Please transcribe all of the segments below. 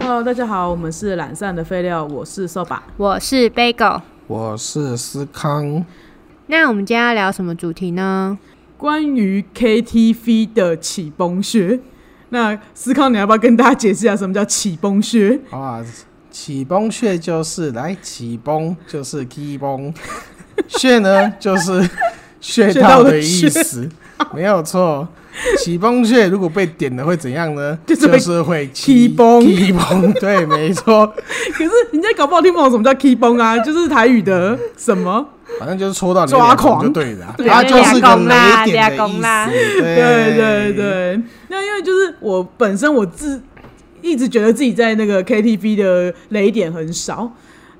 Hello，大家好，我们是懒散的废料，我是瘦吧。我是 Bagel。我是思康，那我们今天要聊什么主题呢？关于 KTV 的起崩穴，那思康，你要不要跟大家解释一下什么叫起崩穴？好啊，起崩穴就是来起崩就是踢崩，穴呢就是穴道的意思，没有错。起崩穴如果被点了会怎样呢？就就是是被会踢崩踢崩，对，没错， 可是人家搞不好听不懂什么叫 key 崩啊，就是台语的什么？反正就是戳到你抓脸孔狂就对了啊，对它就是个俩拱啦俩雷点的拱啦意思，对对。对，那因为就是我本身我自一直觉得自己在那个 KTV 的雷点很少，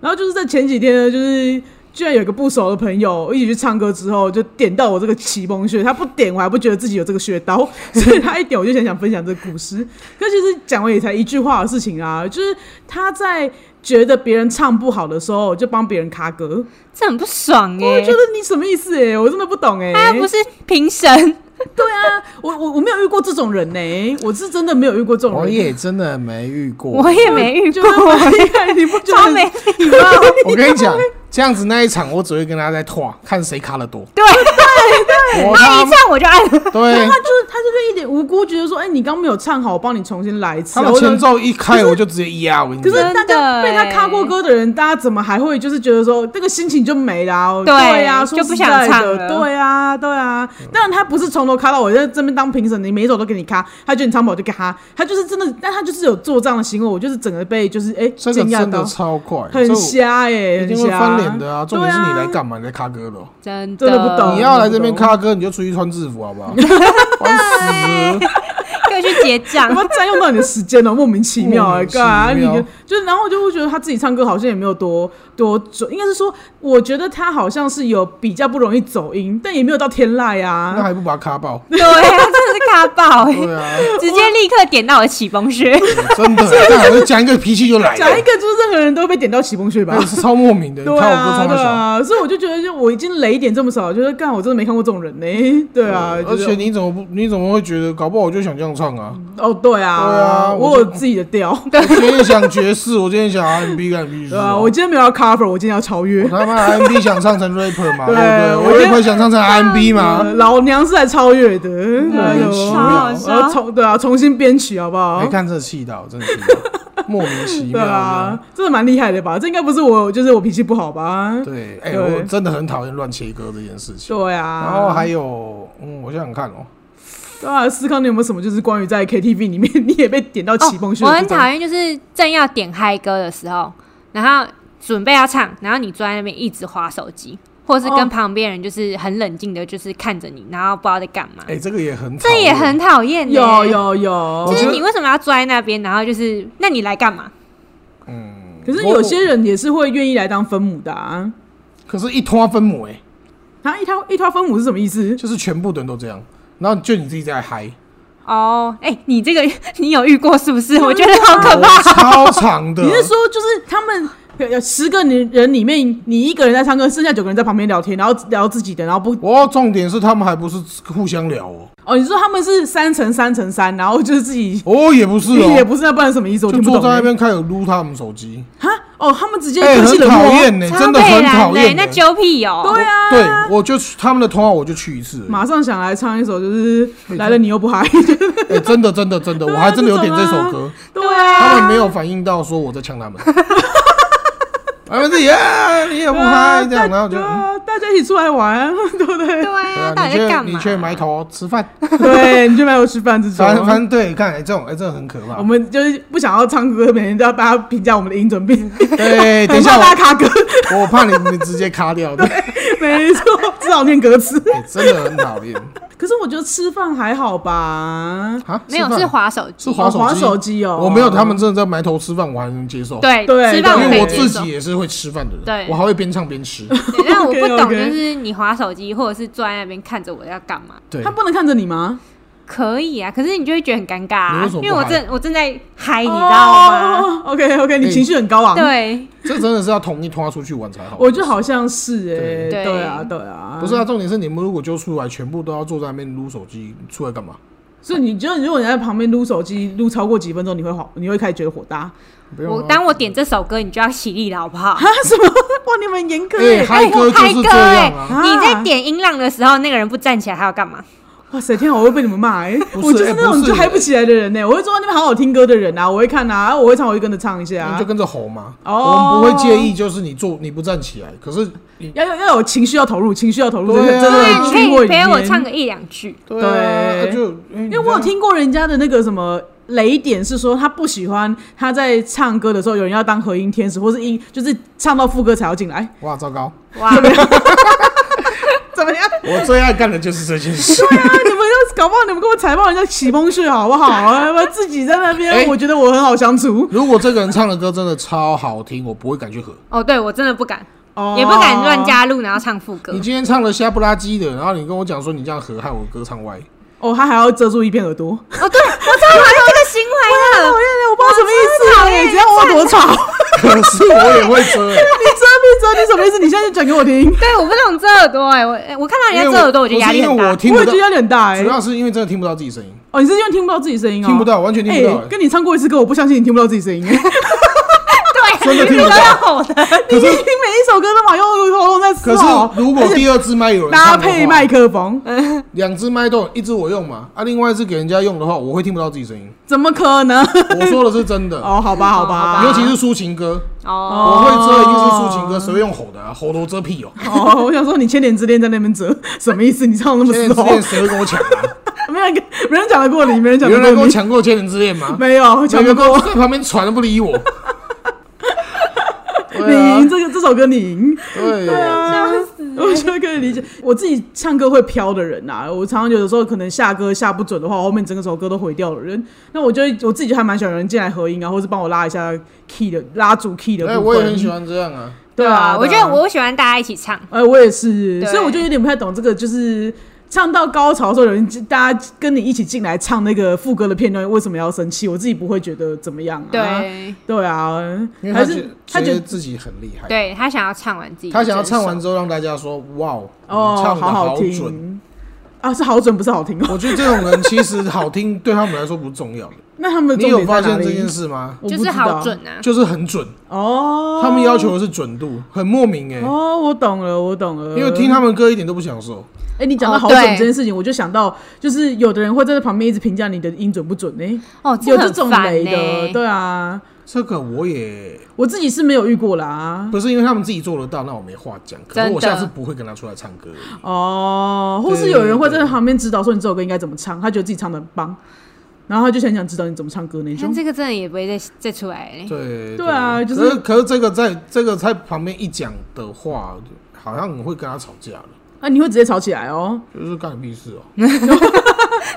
然后就是在前几天呢，就是居然有个不熟的朋友一起去唱歌之后，就点到我这个奇崩穴，他不点我还不觉得自己有这个穴道， 所以他一点我就想想分享这个故事。可其实讲完也才一句话的事情啊，就是他在。觉得别人唱不好的时候，就帮别人卡歌，这很不爽 哎、我觉得你什么意思、欸？我真的不懂哎、他又不是评审，我我我没有遇过这种人呢、我是真的没有遇过这种人。我也真的没遇过， 我也没遇就过，是很厉害，你不觉得 超很没礼貌。 我跟你讲，这样子那一场我只会跟他在拓，看谁卡的多。对，我他一他唱我就按了， 对他就是他就是一脸无辜，觉得说，哎、你刚没有唱好，我帮你重新来一次。他的我就前奏一开，我就直接压。我跟你可讲是，大家真的被他欸卡过歌的人，大家怎么还会就是觉得说这个心情就没啦、对呀、就啊说不实想在唱的，了对啊，对啊。嗯当然他不是从头卡到尾，在这边当评审，你每一首都给你卡，他觉得你唱不好就给他，他就是真的，但他就是有做这样的行为，我就是整个被就是哎这惊个讶真到的，超快，很这瞎哎、一很定会瞎翻脸的啊！重点是你对来啊嗯干嘛？你来卡歌的哦？真真的不懂你要来这边卡歌，你就出去穿制服好 不好？烦死了！ 可以去结账有没。有占用到你的时间呢、莫名其妙哎、 莫名其干啊你妙就就然后我就会觉得他自己唱歌好像也没有多多准，应该是说，我觉得他好像是有比较不容易走音，但也没有到天籁那啊。还不把他卡爆？ 对啊，真的是卡爆哎、对啊，直接立刻点到我起风穴。真的，这好像讲一个脾气就来讲一了，个就是任何人都会被点到起风穴吧那。是超莫名的。你对看我啊，哥对从小，啊，所以我就觉得，就我已经雷点这么少，就是干，我真的没看过这种人呢、对啊，而就是且你怎么不？你怎么会觉得？搞不好我就想这样唱啊！哦，对啊，对啊我我有就自己的调，我今天想爵士，我今天想 R&B 干 B 对啊，我今天没有要 cover，我今天要超越我。他妈 R&B 想唱成 rapper 嘛，对对不对？我我觉得 rapper 想唱成 R&B 嘛，呃老娘是来超越的，哎呦嗯超好我要笑重对啊，重新编曲好不好没？哎看这气到，真 的气到莫名其对妙啊的。，真的蛮厉害的吧？这应该不是我，就是我脾气不好吧？对，哎，对我真的很讨厌乱切歌这件事情。对啊，然后还有，嗯，我想想看哦，对啊，思考你有没有什么就是关于在 KTV 里面你也被点到 起风穴、哦我很讨。厌，就是正要点嗨歌的时候，然后准备要唱，然后你坐在那边一直划手机，或是哦跟旁边人就是很冷静的，就是看着你，然后不知道在干嘛。哎，这个也很，这也很，讨厌、欸。有，有有就，我觉是得你为什么要坐在那边？然后就是，那你来干嘛？嗯，可是我有些，人也是会愿意来当分母的啊。可是一拖分母，哎，啊，一套一套分母是什么意思？就是全部的人都这样，然后就你自己 在嗨，哦，哎，你这个 你有遇过是不啊是？我觉得好可我怕。超长的你，是说就是他们有有十个人人里面，你一个人在唱歌，剩下九个人在旁边聊天，然后聊自己的，然后不我重点是他们还不是互相聊哦，哦，你说他们是三乘三乘三，然后就是自己哦也不是也哦，不是那不然什么意思？我就听不坐懂欸、在那边开始撸他们手机，哈哦，他们直接哎，客气很冷漠讨厌呢，真的超很北蓝讨厌欸欸，那揪屁哦。对啊，对，我就去他们的通话我就去一次而已，马上想来唱一首，就是来了你又不嗨， 就是哎、真的真的真的，对啊我还真的有点这首歌，对他啊，们没有反应到说我在呛他们，他们自己啊，你也不对啊嗨这样，然后就对。啊，大家一起出来玩， 对不对 对？啊，对到啊，你底在却干你嘛？却埋头吃饭，对，你去买我吃饭这反正反种。正对，看哎这种哎，这种很可怕我。们就是不想要唱歌，每天都要帮他评价我们的音准病，对， 等一很下怕大家卡歌， 我我怕你们直接卡掉，对，没错，至少念歌词。哎真的很讨厌可是我觉得吃饭还好吧，啊。没有吃是饭划手是机。滑手滑机手机哦我没有他们真的在埋头吃饭，我还能接受。，对对吃但饭因可为以我接自受己。也是会吃饭的人，对我还会边唱 边吃。对但我不 OK，OK 懂，就是你划手机或者是坐在那边看着我要干嘛？对他，不能看着你吗？可以啊，可是你就会觉得很尴尬你啊为什，么因不为我嗨正我正在嗨，哎你知道吗？ ？OK OK，你哎情绪很高昂。对，这真的是要统一拖出去玩才好。我觉得好像是哎，对对啊对啊，不是啊，重点是你们如果揪出来，全部都要坐在那边撸手机，出来干嘛？所以你觉得，如果你在旁边撸手机撸超过几分钟，你会火，你会开始觉得火 大？不用我啊当我点这首歌，你就要起立了，好不好？啊？什么？哇，你们严格哎、耶！嗨歌我就嗨是歌这样啊，啊你在点音浪的时候，那个人不站起来，他要干嘛？哇塞，天啊，我会被你们骂哎、不是我就是哎那种不是就嗨不起来的人呢、我会说那边好好听歌的人啊，我会看啊，我会唱，我会跟着唱一下、你啊嗯就。跟着吼嘛。哦我们不会介意，就是你坐你不站起来，可是你要要要有情绪要投入，情绪要投入，对啊真的对真的啊，你可聚会以里陪面我唱个一两句。对啊对就因因为我有，听过人家的那个什么雷点是说，他不喜欢他在唱歌的时候有人要当和音天使，或是音就是唱到副歌才要进来，你这样哇，糟糕， 哇，怎么样？ 我最爱干的就是这件事。啊，你们要搞不好你们给我踩爆人家起风穴好不好啊？我自己在那边，哎我觉得我很好相处如果这个人唱的歌真的超好听，我不会敢去和。哦，对我真的不敢，哦，也不敢乱。加入，然后唱副歌你。今天唱了瞎不拉几的，然后你跟我讲说你这样和，害我歌唱歪。哦，他还要遮住一片耳朵， 我哦，对，我超讨厌这个行为讨的。厌啊我不知道什么意思我超讨啊哎，厌你知道我多吵？你可是我也会 遮、欸，遮蔽遮，你什么意思？你现在就讲给我听，对，我不懂遮耳朵哎、我哎我看到人因家为遮耳朵，我觉得压力不是很因为我大。听我不也觉到得，有点大哎主。要是因为真的听不到自己声音，哦，你是因为听不到自己声音哦？听不到，完全听哎不到、欸。跟你唱过一次歌，我不相信你听不到自己声音。哎 对，真的听不你都到要吼的。 你听每一首歌都嘛用喉咙在嘶可吼是如果第二支麦有人哦搭唱的话配麦，克风，两支麦都有，一支我用嘛，啊，另外一支给人家用的话，我会听不到自 己声音。怎么可能？我说的是真的，哦，好吧，好吧，尤其是抒情歌，哦，我会遮一定是抒情歌，谁会用吼的啊？吼的我遮 屁哦。哦，我想说你千年之恋在那边折，什么意思？你唱那么 千嘶年之吼，恋谁会跟我抢啊？ 没人没人讲得过你，没人讲有得人来跟过我你，抢过千年之恋吗？没有有抢得人跟我过在旁边传都不 理我。你对啊赢这个这首歌你赢，对啊，啊， 我觉得可以理解。我自己唱歌会飘的人呐、啊，我常常有的时候可能下歌下不准的话，我后面整个首歌都毁掉的人，那我就会我自己就还蛮喜欢有人进来合音啊，或是帮我拉一下 key 的拉主 key 的部哎，分。我也很喜。欢这样啊。对啊，我觉对啊得我喜欢大家一起唱。哎，我也是，对所以我就有点不太懂这个，就是唱到高潮的时候，有人进大家跟你一起进来唱那个副歌的片段，为什么要生气？我自己不会觉得怎么样啊。对，对啊因，为还他是觉他觉觉得得自己很厉害，对他想要唱完自己的他整首，想要唱完之后让大家说哇，哦你，唱的好好准。听啊，是好准不是好听哦。 我觉得这种人其实好听对他们来说不是重要的。那他们的你重有点发在哪现这里件？事吗？我就不是知好道准啊。就是很准，哦。他们要求的是准度，很莫名哎、哦，我懂了，我懂了。因为听他们歌一点都不享受。哎、你讲到哦好准对这件事情，我就想到，就是有的人会在旁边一直评价你的音准不准呢、哦，有这很种烦欸雷的，呢。对啊，这个我也我自己是没有遇过啦。不是因为他们自己做得到，那我没话讲。可是我真的下次不会跟他出来唱歌。哦，或是对有人会在对旁边指导说你这首歌应该怎么唱，他觉得自己唱的很棒，然后他就很想指导你怎么唱歌那但种。这个真的也不会再再出来欸嘞。对对啊就是可可是这个在这个在旁边一讲的话，好像你会跟他吵架了，啊，你会直接吵起来哦。就是干你屁事哦、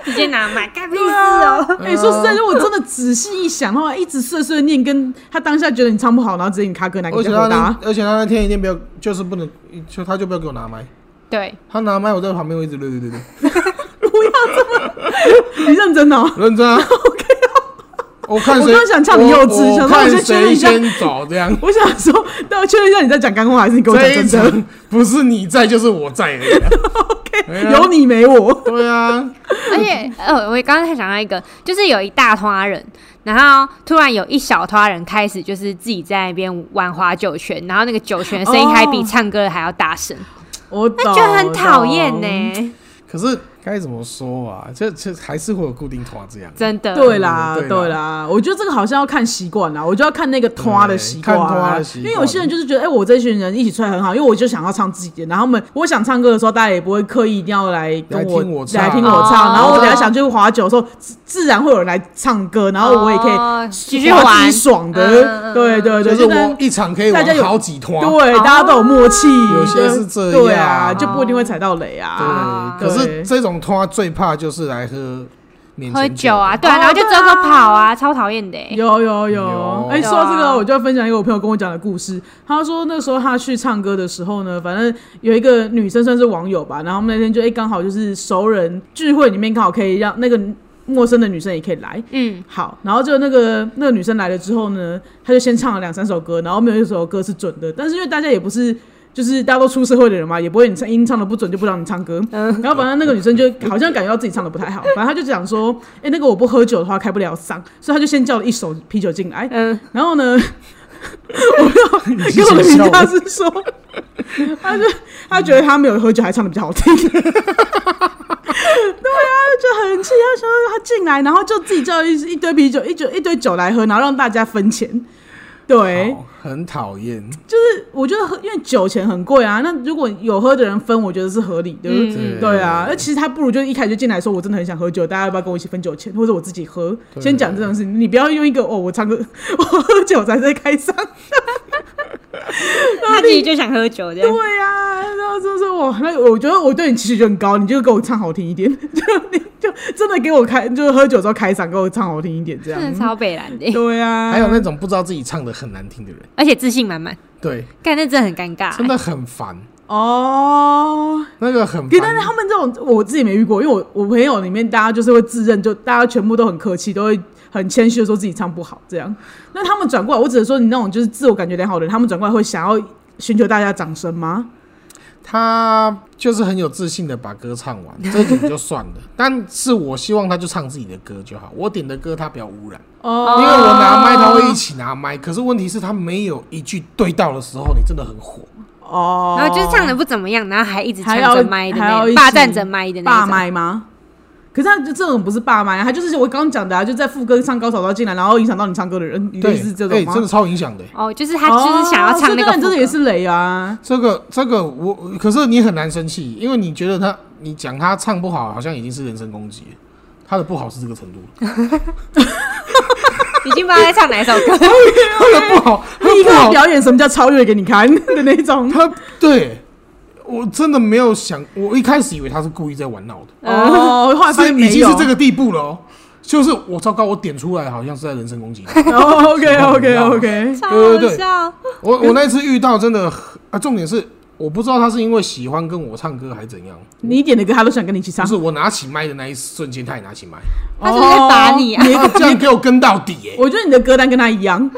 直接拿买干屁事哦。哎、说实在，如果真的仔细一想的话，一直碎碎念，跟他当下觉得你唱不好，然后直接你卡歌拿给而且你他回那答。而且他那天一定不要，就是不能，就他就不要给我拿麦。对，他拿麦，我在旁边我一直对对对对，你认真哦。认 真啊。OK 我看谁，我刚想呛你幼稚我想说我看我先确认谁一下先走这样。我想说，但我确认一下你在讲干话还是你给我讲这真一的？层不是你在就是我在 而已啊、对啊有你没我，对啊， 而且呃，我刚才想到一个，就是有一大团人，然后突然有一小团人开始就是自己在那边玩划酒泉，然后那个酒泉的声音还比哦唱歌的还要大声，我那懂，就很讨厌欸懂。呢。可是该怎么说啊？这这还是会有固定团这样。真的，对啦，嗯对啦对啦，我觉得这个好像要看习惯啦，我就要看那个拖的习惯对看啦拖的习因惯为有些人就是觉得，哎、我这群人一起出来很好，因为我就想要唱自己的，然后他们我想唱歌的时候，大家也不会刻意一定要来跟我来听我唱来听我唱哦然后我等下想去划酒的时候，自自然会有人来唱歌，然后我也可以哦继续划自己玩爽的，嗯嗯嗯对对就对，是大我一场可以大家玩有好几团。对，大家都有默契，有些是这对样啊，就不一定会踩到雷啊。啊哦对，可对是这种团最怕就是来喝免喝钱酒啊，的。对啊，哦然后就对折啊个跑啊，超讨厌的欸。有有有有，哎、对啊说到这个，我就要分享一个我朋友跟我讲的故事。他说那时候他去唱歌的时候呢，反正有一个女生算是网友吧，然后我们那天就哎刚、好就是熟人聚会里面刚好可以让那个陌生的女生也可以来，嗯，好，然后就那个那个女生来了之后呢，她就先唱了两三首歌，然后没有一首歌是准的，但是因为大家也不是。就是大家都出社会的人嘛，也不会你唱音唱的不准就不让你唱歌。然后反正那个女生就好像感觉到自己唱的不太好，反正她就讲说，哎、那个我不喝酒的话开不了嗓，所以她就先叫了一手啤酒进来。嗯，然后呢， 你给是我的想评笑价我？是说，她就她觉得她没有喝酒还唱的比较好听。 对啊，就很气，她说她进来，然后就自己叫一一堆啤酒，一酒一堆酒来喝，然后让大家分钱。对，好很讨厌，我觉得喝，因为酒钱很贵啊，那如果有喝的人分，我觉得是合理的。对对啊，那其实他不如就一开始就进来说，我真的很想喝酒，大家要不要跟我一起分酒钱，或者我自己喝？对先讲这种事情，你不要用一个 哦，我唱歌，我喝酒才在开嗓。他自己就想喝酒这对样。啊，然后就说我，那我觉得我对你期许就很高，你就给我唱好听一点， 就你就真的给我开，就是喝酒之后开嗓，给我唱好听一点这样真。的超北蓝的，对啊，嗯还有那种不知道自己唱的很难听的人，而且自信满满，对，干那真的很尴哎尬、欸真的很烦，哦，那个很可是但是烦。他们这种我自己没遇过，因为我我朋友里面大家就是会自认，就大家全部都很客气，都会很谦虚的说自己唱不好这样。那他们转过来，我只是说你那种就是自我感觉良好的人，他们转过来会想要寻求大家掌声吗？他就是很有自信的把歌唱 完，这种就算了。但是我希望他就唱自己的歌就好，我点的歌他不要污染，因哦为我拿麦他会一起拿麦。可是问题是，他没有一句对到的时候，你真的很火。哦，然后就是唱的不怎么样，然后还一直抢还要着麦的还那要一起种，霸占着麦的那霸种。麦吗？可是他就这种不是霸麦啊，他就是我刚刚讲的啊，就在副歌唱高潮到进来，然后影响到你唱歌的人，你的对，意思是这对种吗？真的超影响的欸。哦，就是他就是想要唱那哦所以个副这歌，个也是雷啊。 这个这个我，可是你很难生气，因为你觉得他，你讲他唱不好，好像已经是人身攻击了。他的不好是这个程 度，已经不知道在唱哪一首歌。他的不好，他立的不刻好，表演什么叫超越给你看的那种。哦 他对我真的没有想，我一开始以为他是故意在玩闹 的，哦，后来发是现已没经有是这个地步了、哦，就是我糟糕，我点出来好像是在人身攻击他。哦，OK OK OK，超对好对对笑，我我那次遇到真的很啊，重点是我不知道他是因为喜欢跟我唱歌还怎样，你点的歌他都想跟你一起唱就，是我拿起麦的那一瞬间，他也拿起麦， 他是不是在打你啊哦？啊这样给我跟到底耶、我觉得你的歌单跟他一样。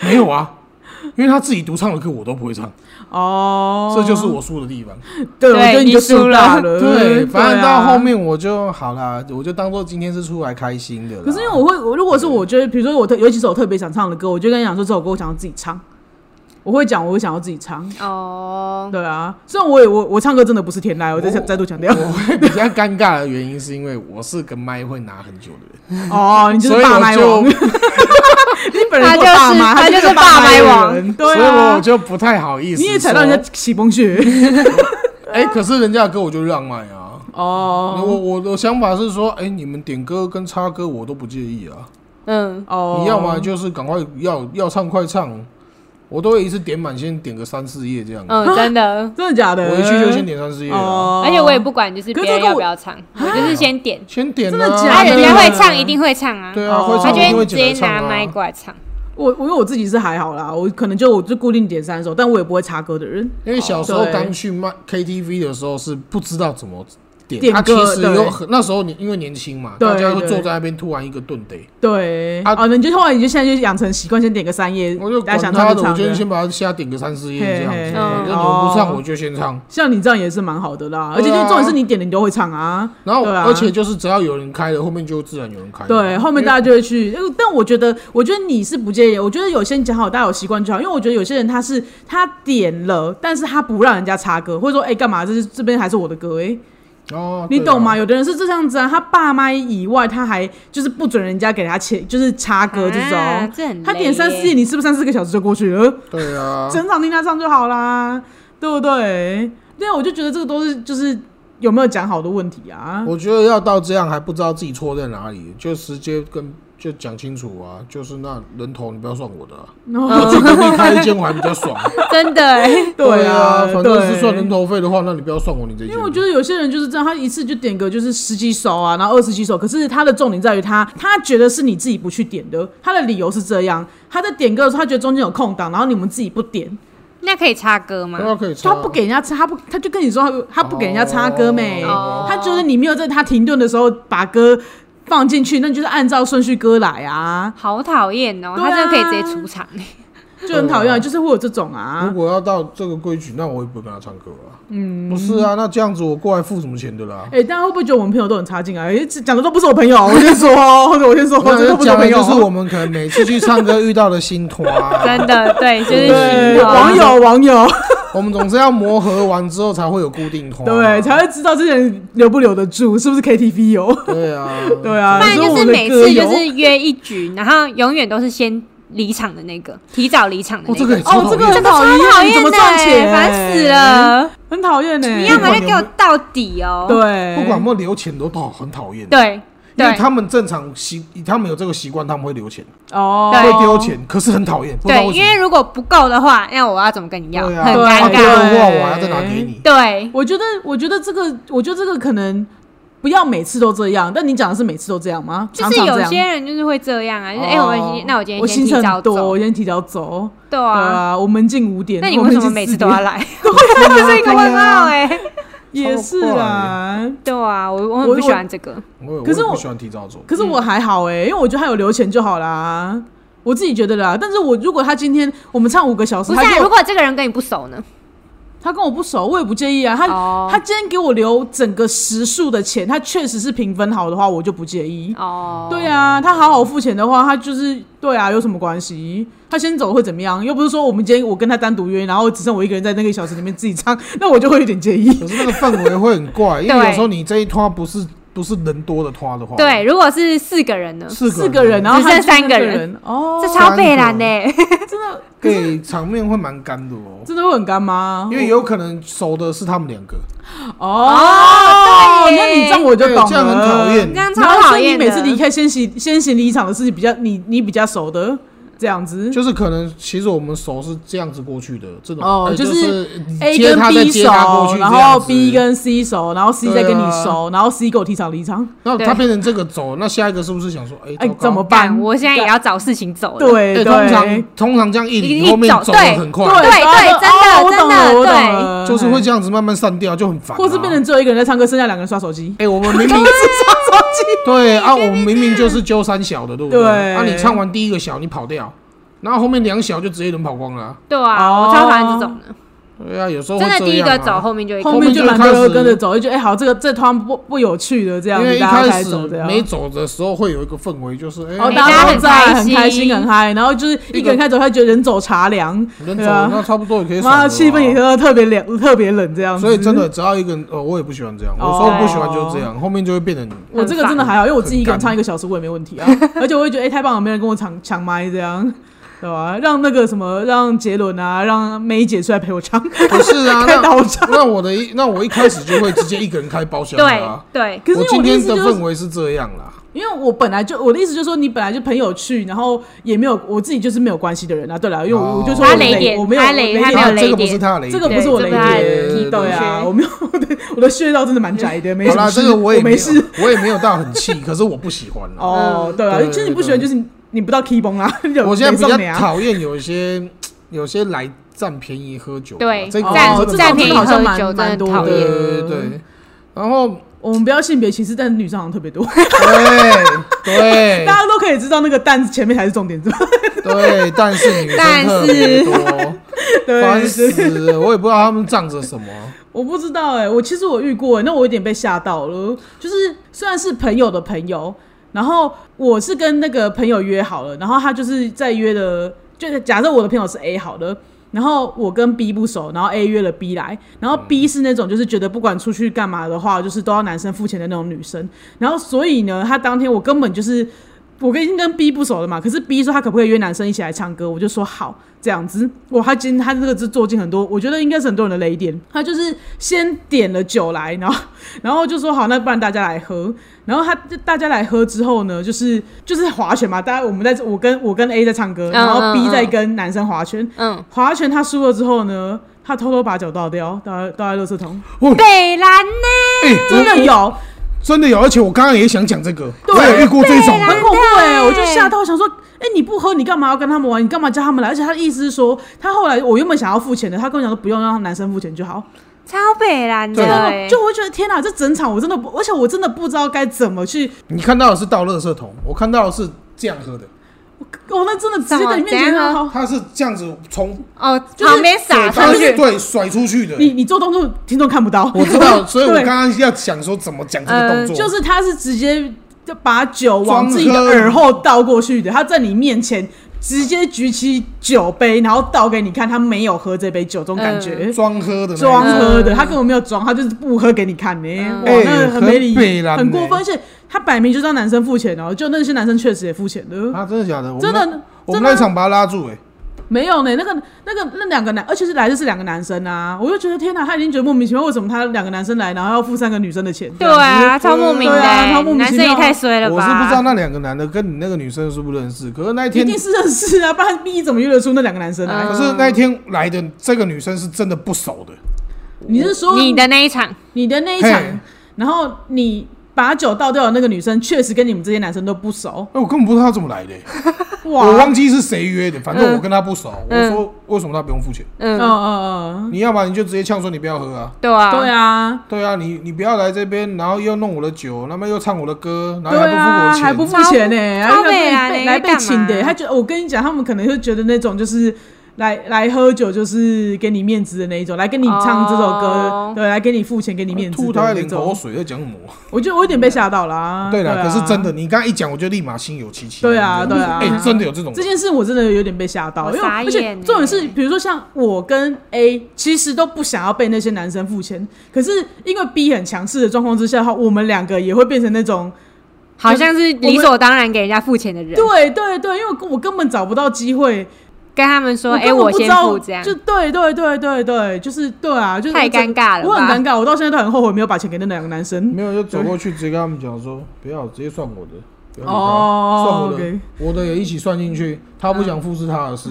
没有啊，因为他自己独唱的歌我都不会唱，哦，这就是我输的地方。对，我觉得对你就你输输大了了。对，反正到啊后。面我就好啦，我就当做今天是出来开心的啦。可是因为我会，我如果是嗯我觉得，比如说我特有几首特别想唱的歌，我就跟你讲说这首歌我想要自己唱，我会讲我会想要自己唱。哦，对啊，虽然我也我我唱歌真的不是天籁，我再哦再度强调。我会比较尴尬的原因，是因为我是跟麦会拿很久的 人，哦，你 就是所以霸麦王我就，你本人他做就是霸麦，他就是是霸麦麦王人所 对以我啊，就不太好意思。你也踩到人家，起风穴。哎，可是人家的歌我就让麦啊。我哦我的想法是说，哎，你们点歌跟插歌我都不介意啊。 嗯，哦，你要么就是赶快要要唱快唱，我都会一次点满，先点个三四页这样。嗯，真的。真的假的？我一去就先点三四页啊，哦，而且我也不管，就是别可是人这个我要不要唱，我就是先点，先点啊。真的假啊，的人家会唱一定会唱啊，对啊，哦会他唱就一定会会直进接来拿唱麦啊。过来唱。我我因为我自己是还好啦，我可能就我就固定点三首，但我也不会插歌的人。因为小时候哦对刚去麦 KTV 的时候是不知道怎么点，点他其歌实对有很那时候你因为年轻嘛，对大家会对坐在那边突然一个顿得，对，啊哦，那你就后来你就现在就养成习惯，先点个三页我就，大管家想他唱的，就我唱就的。先把它下点个三四页这样嘿子，嘿反正你嗯们不唱哦我就先唱，像你这样也是蛮好的啦，而且对就啊重点是你点的你都会唱啊。然后对啊而且就是只要有人开了，后面就自然有人开了。对，后面哎因为大家就会去。呃但我觉得，我觉得你是不介意。我觉得有些人讲好，大家有习惯就好。因为我觉得有些人他是他点了，但是他不让人家插歌，或者说，哎、干嘛？这是这边还是我的歌、哎，哦，你对懂吗？啊？有的人是这样子啊，他爸妈以外，他还就是不准人家给他切，就是插哎歌这种。啊这很他点累三四页，耶你是不是三四个小时就过去了？对啊，整场听他唱就好啦，对不对？对啊，我就觉得这个都是就是有没有讲好的问题啊。我觉得要到这样还不知道自己错在哪里，就直接跟就讲清楚啊，就是那人头你不要算我 的、啊，我去隔壁开一间我还比较爽。真的 欸，对啊，反正对是算人头费的话，那你不要算我你这间。因为我觉得有些人就是这样，他一次就点个就是十几首啊，然后二十几首。可是他的重点在于他，他觉得是你自己不去点的，他的理由是这样。他在点歌的时候，他觉得中间有空档，然后你们自己不点，那可以插歌吗？啊那可以插啊他不给人家插，他不，他就跟你说他他不给人家插歌没，哦他觉得你没有在他停顿的时候把歌放进去，那你就是按照顺序歌来啊。好讨厌哦，对啊他真的可以直接出场欸，就很讨对啊厌，就是会有这种啊如。果要到这个规矩，那我也不会跟他唱歌啊。嗯，不是啊，那这样子我过来付什么钱的啦？哎、大家会不会觉得我们朋友都很差劲啊？哎、这讲的都不是我朋友，我先说 哦，或者我先说，那这都不是讲朋的友。就是我们可能每次去唱歌遇到的新团、啊 真的对，就是对心对，疼网友网 友，我们总是要磨合完之后才会有固定团、啊对，才会知道这些人留不留得住，是不是 KTV 有？对啊，E 对啊，不然你说就我是们的每歌次就友是约一局，然后永远都是先离场的那个，提早离场的哦那这个。个也超哦，讨这厌个很讨超讨厌，厌怎么的欸赚钱？烦死，了！很讨厌呢。欸你你要要么么就就给给我我到底 哦。对，不管有没有留钱都讨很讨厌。，对因为对他们正常习，他们有这个习惯，他们会留钱，哦，对会丢钱，可是很讨厌，不知道对，为什因么为。如果不够的话，那我要怎么跟你要？对啊，很啊尴丢尬。的话我还要再拿给你。对我觉得，我觉得这个，我觉得这个可能不要每次都这样。但你讲的是每次都这样吗？就常是常这有样些人就是会这样啊，就是哎，哦我今天那我今我天先行程提早多，走我。先提早走。对对啊，啊，我们进五点，那你我为们什么进每4次都要点？来？对啊，就是一个问号哎。也是超怪啦。对啊，我我很我不喜欢这个。我也可是我也我不喜欢提早走，可是我嗯还好哎、因为我觉得他有留钱就好啦，我自己觉得啦。但是我如果他今天我们唱五个小时，不是他啊，就如果这个人跟你不熟呢？他跟我不熟，我也不介意啊。他、哦他今天给我留整个时数的钱，他确实是平分好的话，我就不介意。哦，对啊，他好好付钱的话，他就是对啊，有什么关系？他先走会怎么样？又不是说我们今天我跟他单独约，然后只剩我一个人在那个一小时里面自己唱， 那我就会有点介意。可是那个氛围会很 怪，因为对有时候你这一拖不是不是人多的拖的话，对，，如果是四个人呢？四四个个人，啊然后只他剩就是那三个人哦，这超北蓝欸呢、 对场面会蛮干的哦，真的会很干吗？因为有可能熟的是他们两个，哦，对那你这样我就对懂了，这样很讨这厌。样然超后讨所以你厌的。每次离开先行先行离场的事情比较你你比较熟的这样子，就是可能其实我们熟是这样子过去的，这种哦呃就就是 A 接跟他再 B 接熟他过去，，然这样后子啊 B 跟 C 熟，然后 C 再跟你熟，然后 C 给我提场离场，那对他变成这个走，那下一个是不是想说，哎、哎糟，糕怎么干办？我现在也要找事情走了。对对对，通常通常这样一一领一后面走走的对对很快，对对真的哦我懂了真的我懂对了就是会这样子慢慢散掉，就很烦、啊。或是变成只有一个人在唱歌，剩下两个人刷手机，哎、我们 明明对啊，我们明明就是揪三小的，对不对啊，你唱完第一个小，你跑掉，然后后面两小就直接人跑光了啊、对啊，哦我超讨厌这种的。对啊，有时候会真的这第一样啊个走，后面就一个后面就蛮多后面就开人始跟着走，就觉得哎、好，这个这团不不有趣的这样因为子，一大家开开始始走这样。没走的时候会有一个氛围，就是哎、然后哎哦大大家家很都在很开开心心很嗨，然后就是一个人开走，他觉得人走茶凉，人走对啊了，那差不多也可以散了啊。妈气氛也嗯喝特别凉，特别冷这样子。所以真的，只要一个人，呃，我也不喜欢这样。哦我说不喜欢就是这样，后面就会变成我这个真的还好，因为我自己一个人唱一个小时我也没问 题啊，而且我会觉得哎、太棒了，没人跟我抢抢麦这样。对吧？让那个什么，让杰伦啊，让梅姐出来陪我 唱，不 是啊，开那导唱。 那我的一那我一开始就会直接一个人开包厢的对啊。对，可是因我为今我的意天思的就是氛围是这样啦，因为我本来就我的意思就是说，你本来就朋友去，然后也没有我自己就是没有关系的人啊。对了，因为我、哦我就说他我雷雷点我没有他我雷雷他点没有啊雷这个不点是他的雷点，这个不是我雷对点，这不是他的对啊，我没有， 我的我的穴道真的蛮窄 的，没好什啦，么这事，个我也没有事。，我也没有到很气，可是我不喜欢啦。 嗯哦，对啊，对其实你不喜欢就是你你不到 key 崩 啦，有我现在没比送你较啊。讨厌有一些有些来占便宜喝酒的，对这个哦占我真的占蛮便宜好嗯喝像蛮酒真的蛮多讨的对厌。对对对，然后我们不要性别歧视，但是女生好像特别多，对 对大家都可以知道那个蛋前面才是重点，是 吧？对，但是女但生特别多。烦对，死是了！我也不知道他们仗着什么。我不知道哎、我其实我遇过、欸，那我有点被吓到了。就是虽然是朋友的朋友，然后我是跟那个朋友约好了，然后他就是在约的，就是假设我的朋友是 A 好的，然后我跟 B 不熟，然后 A 约了 B 来，然后 B 是那种就是觉得不管出去干嘛的话，就是都要男生付钱的那种女生。然后所以呢，他当天我根本就是。我跟已经跟 B 不熟了嘛，可是 B 说他可不可以约男生一起来唱歌，我就说好这样子。哇，他今天他这个是做尽很多，我觉得应该是很多人的雷点。他就是先点了酒来，然后然后就说好，那不然大家来喝。然后他大家来喝之后呢，就是就是划拳嘛，大家我们在我跟我跟 A 在唱歌，然后 B 在跟男生划拳，嗯，划拳他输了之后呢，他偷偷把酒倒掉，倒倒在垃圾 桶，哦，北蓝呢、哎、啊真真的有。真的有，而且我刚刚也想讲这个，对我也遇过这种很的。恐怖哎、对我就吓到，我想说，哎、你不喝，你干嘛要跟他们玩？你干嘛叫他们来？而且他的意思是说，他后来我原本想要付钱的，他跟我讲说不用，让男生付钱就好。超北蓝的、对欸，啊就我会觉得天哪，这整场我真的不，而且我真的不知道该怎么去。你看到的是倒垃圾桶，我看到的是这样喝的。哦，那真的直接在你面怎前样好，他是这样子从哦，就是旁边他撒上就去是，对甩出去的。你你做动作，听众看不到。我知道，所以我对呃刚刚要想说怎么讲这个动作，就是他是直接就把酒往装自己的喝耳后倒过去的，他在你面前直接举起酒杯，然后倒给你看，他没有喝这杯酒，这种感嗯觉。装喝的那一种装喝的，他根本没有装，他就是不喝给你看呢、嗯哇，哎那很没礼很北蓝很过呢分，而且他摆明就是让男生付钱哦、就那些男生确实也付钱的，啊，真的假的？我们真那的我们真的啊那场把他拉住哎、没有呢、那个那个那两个男，而且是来的是两个男生啊，我就觉得天哪，他已经觉得莫名其妙，为什么他两个男生来，然后要付三个女生的钱？对啊，这样超子莫名的对啊欸，超莫名男其生妙也啊太衰了吧！我是不知道那两个男的跟你那个女生是不是认识，可是那一一天，定是认识啊，不然 B 怎么约得出那两个男生啊来？嗯可是那一天来的这个女生是真的不熟的，你是说你的那一场，你的那一场嘿，然后你把酒倒掉的那个女生，确实跟你们这些男生都不熟。哎那我根本不知道她怎么来的欸、我哇，忘记是谁约的，反正我跟她不熟。嗯我说为什么她不用付钱？嗯嗯，嗯嗯，你要不然你就直接呛说你不要喝啊。对啊，对啊，对啊，你你不要来这边，然后又弄我的酒，那么又唱我的歌，然后对啊，还还不不付我钱，付钱呢，还还超被美啊被你来在被干请的，欸嘛他觉得我跟你讲，他们可能会觉得那种就是。来来喝酒就是给你面子的那一种，来跟你唱这首歌，哦对，来给你付钱给你面子吐的她一那脸口种。水，在讲什么？我就我有点被吓到了、啊。 对了、了，可是真的，你刚刚一讲，我就立马心有戚戚。对啊你知道吗对啊哎，真的有这种这件事我真的有点被吓到，我因为傻而且眼欸重点是，比如说像我跟 A 其实都不想要被那些男生付钱，可是因为 B 很强势的状况之下的话，我们两个也会变成那种好像是理所当然给人家付钱的人，对啊对对，因为我根本找不到机会，跟他们说，我根哎，本我不知先道付这样，就对对对对对，就是对啊，就是太尴尬了吧我很尴尬，我到现在都很后悔没有把钱给那两个男生。没有，就走过去直接跟他们讲说，不要，直接算我的，不要理他哦嗯算我的 OK 我的也一起算进去。他不想付是他的事，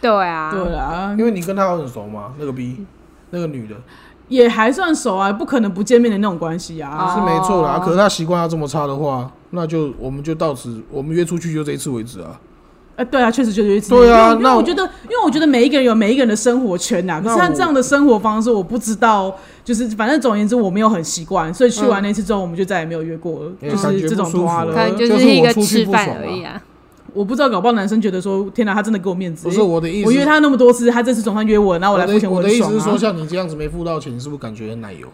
对啊，对啊，因为你跟他很熟嘛，那个 B，那个女的也还算熟啊，不可能不见面的那种关系啊。哦是没错啦。可是他习惯要这么差的话，那就我们就到此，我们约出去就这一次为止啊。哎、对啊，确实就是有一次。对因啊为因为那我我觉得，因为我觉得每一个人有每一个人的生活圈呐、可那是他我这样的生活方式，我不知道，就是反正总而言之，我没有很习惯，所以去完那次之后，我们就再也没有约过了，哎就嗯感觉是不这种舒服花了了。可能就是是一我个出去吃不饭爽而已啊，我不知道，搞不好男生觉得说，天哪，他真的给我面子。欸不是我的意思，我约他那么多次，他这次总算约我，然后我来的付钱，我的很意爽思是啊说，。像你这样子没付到钱，你是不是感觉很奶油？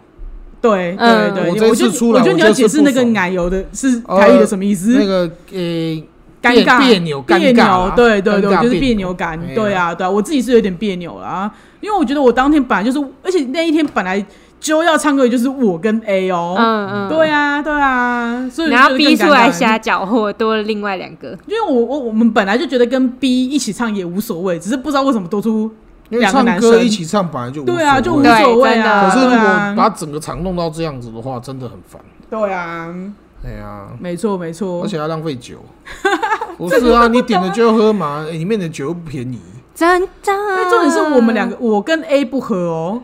对对嗯对，我你这我觉次得出我来觉得我你要这次解释不那个爽奶油的是呃台语的什么意思？那个呃，尴别尬、别扭、尴别尬扭，啊，对对尴对，尬我就是别扭感，对，哎啊，对啊，我自己是有点别扭啦，因为我觉得我当天本来就是，而且那一天本来就要唱歌，也就是我跟 A 哦、嗯嗯，对啊，对啊，所以然后逼逼出来瞎，搅和，多了另外两个，因为我我我们本来就觉得跟 B 一起唱也无所谓，只是不知道为什么多出，因为两个唱男歌生一起唱本来就无对啊，所就谓无对所谓真啊，的可是如对果啊把整个场弄到这样子的话，真的很烦。对啊，哎呀，没错没错而，且还浪费 酒。不是啊，你点了就喝嘛，哎里面的酒又不便宜。真的。那哎重点是我们两个，我跟 A 不合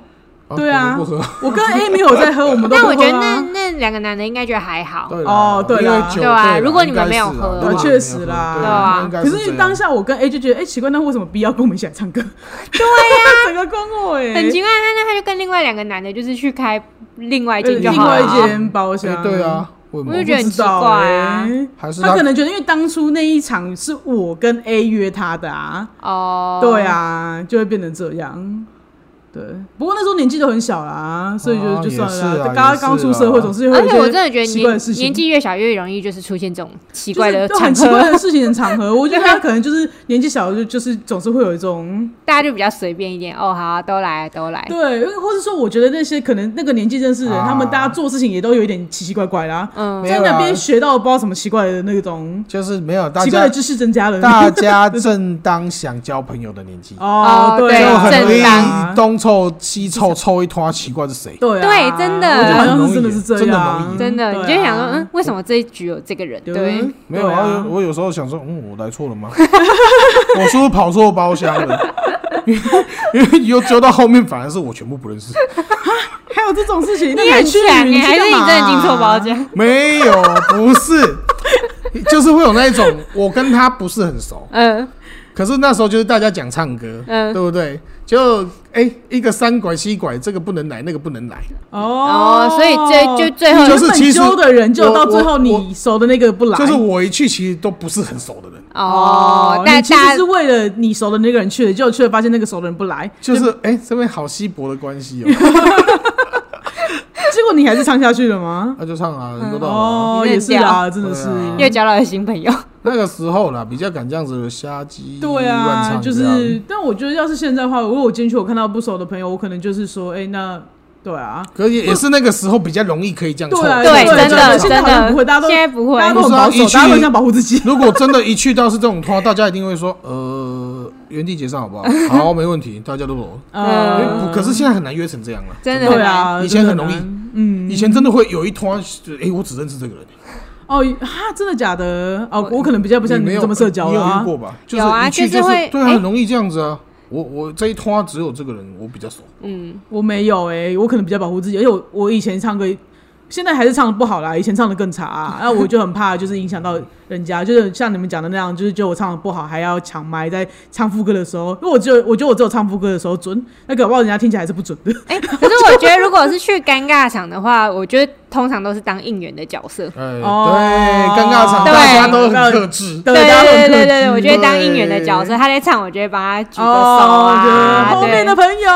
哦、对啊我们不喝。我跟 A 没有在喝，我们都但不我觉喝得那啊。那两个男的应该觉得还好，对啦哦对因啦为酒对啊啦如果你们应该是啊没有喝如果你们没有喝确实啦对对啊那应该可是这是样当下我跟 A 就觉得，哎、奇怪，那为什么 B 要跟我们一起来 唱歌？对呀、 整个光我哎、啊很奇怪。他那他就跟另外两个男的，就是去开另外一呃间就另好外了一啊。间包厢、哎对，啊，我我就不觉得很知道奇怪啊哎还是他他可能觉得，因为当初那一场是我跟 A 约他的啊，哦，对，啊，就会变成这样。对，不过那时候年纪都很小啦，所以就、哦就算也是了啊啦。刚也是啊刚出社会，总是会有而一且些我真的觉得奇怪的年事情年纪越小越容易就是出现这种奇怪的就是对很场奇怪合，的事情的场合。我觉得他可能就是年纪小，就就是总是会有一种 大家就比较随便一点。哦，好啊，都来都来，对，因为或者说，我觉得那些可能那个年纪认识的人，啊他们大家做事情也都有一点奇奇怪怪啦。嗯，没在有那啦边学到不知道什么奇怪的那种就是没有大奇怪的 家知识增加了。大家正当想交朋友的年纪，哦哦，对就啊，很容正易当东凑西凑凑一团，奇怪是谁？对啊对真的我觉得好像是真的是这真的样，容易真的，对你啊就会想说，嗯，，为什么这一局有这个人？对，没有对啊，啊我我有时候想说，嗯，我来错了吗？ 我是不是跑错包厢了？ 因为因为有揪到后面，反而是我全部不认识。还有这种事情，那你还很去强你哎，去还是你干嘛啊真的进错包间？没有，不是，就是会有那一种，我跟他不是很熟，嗯，可是那时候就是大家讲唱歌，嗯对不对？就哎、一个三拐七拐，这个不能来，那个不能来，哦哦，所以最就最后你就是原本其实揪的人，就我到最后我你我熟的那个不来，就是我一去其实都不是很熟的人，哦，你大其实大是为了你熟的那个人去的，结果去了发现那个熟的人不来，就是哎、这边好稀薄的关系哦，结果你还是唱下去了吗？那就唱啊，人都到了啊。哦，你也认是掉啦，真的是，对啊又交到了新朋 友，那个时候啦，比较敢这样子瞎鸡对乱啊，唱就这样是，但我觉得要是现在的话，如果我进去我看到不熟的朋友，我可能就是说，哎，那对啊，可也也是那个时候比较容易可以这样凑。对啊对，对真的对真现在好像的不会大家都现在不大家都会，很保不守，是啊大家一都去想保护自己。如果真的，一去到是这种拖，大家一定会说，呃，原地结账好 不好？好，没问题，大家都懂。 呃可是现在很难约成这样了，真的嗯对啊，以前很真的容难，嗯，以前真的会有一拖，哎、我只认识这个人，哦哈，真的假的？哦，我可能比较不像你没有这么社交你有了遇啊。过吧？就是有啊一去就是就是会对诶啊，很容易这样子啊。我我这一拖只有这个人，我比较熟。嗯，我没有哎、我可能比较保护自己，而且我我以前唱歌，现在还是唱的不好啦，以前唱的更差、啊，然后我就很怕就是影响到人家，就是像你们讲的那样，就是觉得我唱的不好，还要抢麦，在唱副歌的时候，因为我只有我觉得我只有唱副歌的时候准，那搞不好人家听起来还是不准的。哎、 可是我觉得如果是去尴尬场的话，我觉得通常都是当应援的角色。哎、哦对，尴尬场对大家都很克 制。对大家都对对很对克对，制我觉得当应援的角色，对他在唱，我就会帮他举个手哦啊，对后对面的对，朋友，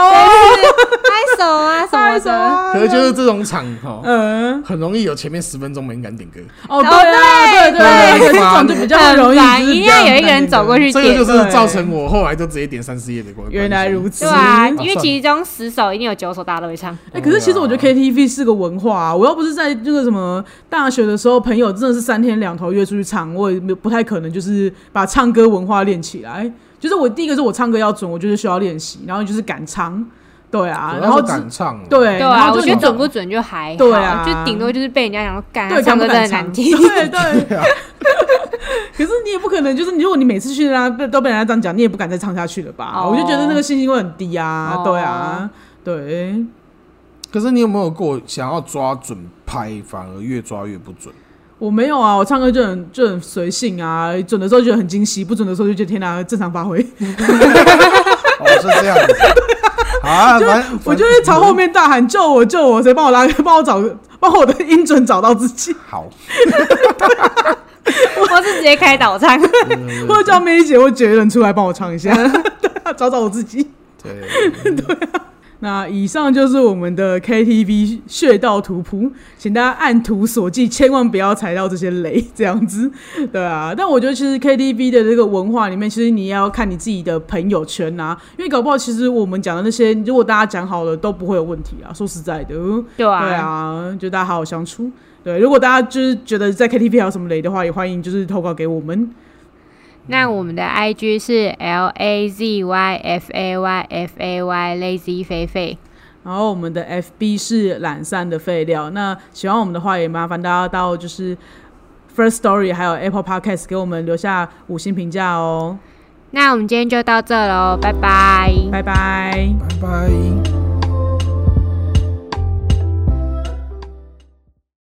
拍手啊什么拍手的。啊，可是就是这种场哈、嗯，很容易有前面十分钟没人敢点歌，哦对啊，对对对，对这种就比较很容易烦，就是一定比较要啊有一个人难走过去这个点就，是造成我后来就直接点三四页的关。原来如此。此，对啊，嗯因为其中十首一定有九首大家都会唱，哎、可是其实我觉得啊 KTV 是个文化、啊。我要不是在这个什么大学的时候，朋友真的是三天两头约出去唱，我也没有不太可能就是把唱歌文化练起来。就是我第一个是我唱歌要准，我就是需要练习，然后就是敢唱，对啊，主然要后是只敢唱，对，对然啊，后我就觉得你准不准就还好，对啊就顶多就是被人家讲说，干他对唱敢不歌真的敢唱，难听， 对对。 可是你也不可能，就是你如果你每次去啦、被都被人家这样讲，你也不敢再唱下去了吧？哦我就觉得那个信心会很低啊，哦对啊，对。可是你有没有过想要抓准拍，反而越抓越不准？我没有啊，我唱歌就很就很随性啊，准的时候觉得很惊喜，不准的时候就觉得天哪、正常发挥。哦，是这样 子。好啊，反正我就会朝后面大喊救我救我，谁帮我拉， 帮我找，帮我的音准找到自己。好，我是直接开导唱，或者叫梅姐或姐人出来帮我唱一下， 对啊找找我自己。对，那以上就是我们的 KTV 穴道图谱，请大家按图索骥，千万不要踩到这些雷， 这样子，对啊。但我觉得其实 KTV 的这个文化里面，其实你要看你自己的朋友圈啊，因为搞不好其实我们讲的那些，如果大家讲好了，都不会有问题啊。说实在的，对啊，对啊，就大家好好相处。对，如果大家就是觉得在 KTV 还有什么雷的话，也欢迎就是投稿给我们。那我们的 IG 是 L A Z Y F A Y F A Y Lazy 肥肥，然后我们的 FB 是懒散的废料。那喜欢我们的话，也麻烦大家到就是 First Story 还有 Apple Podcast 给我们留下五星评价哦。那我们今天就到这喽，拜拜。拜拜。拜拜。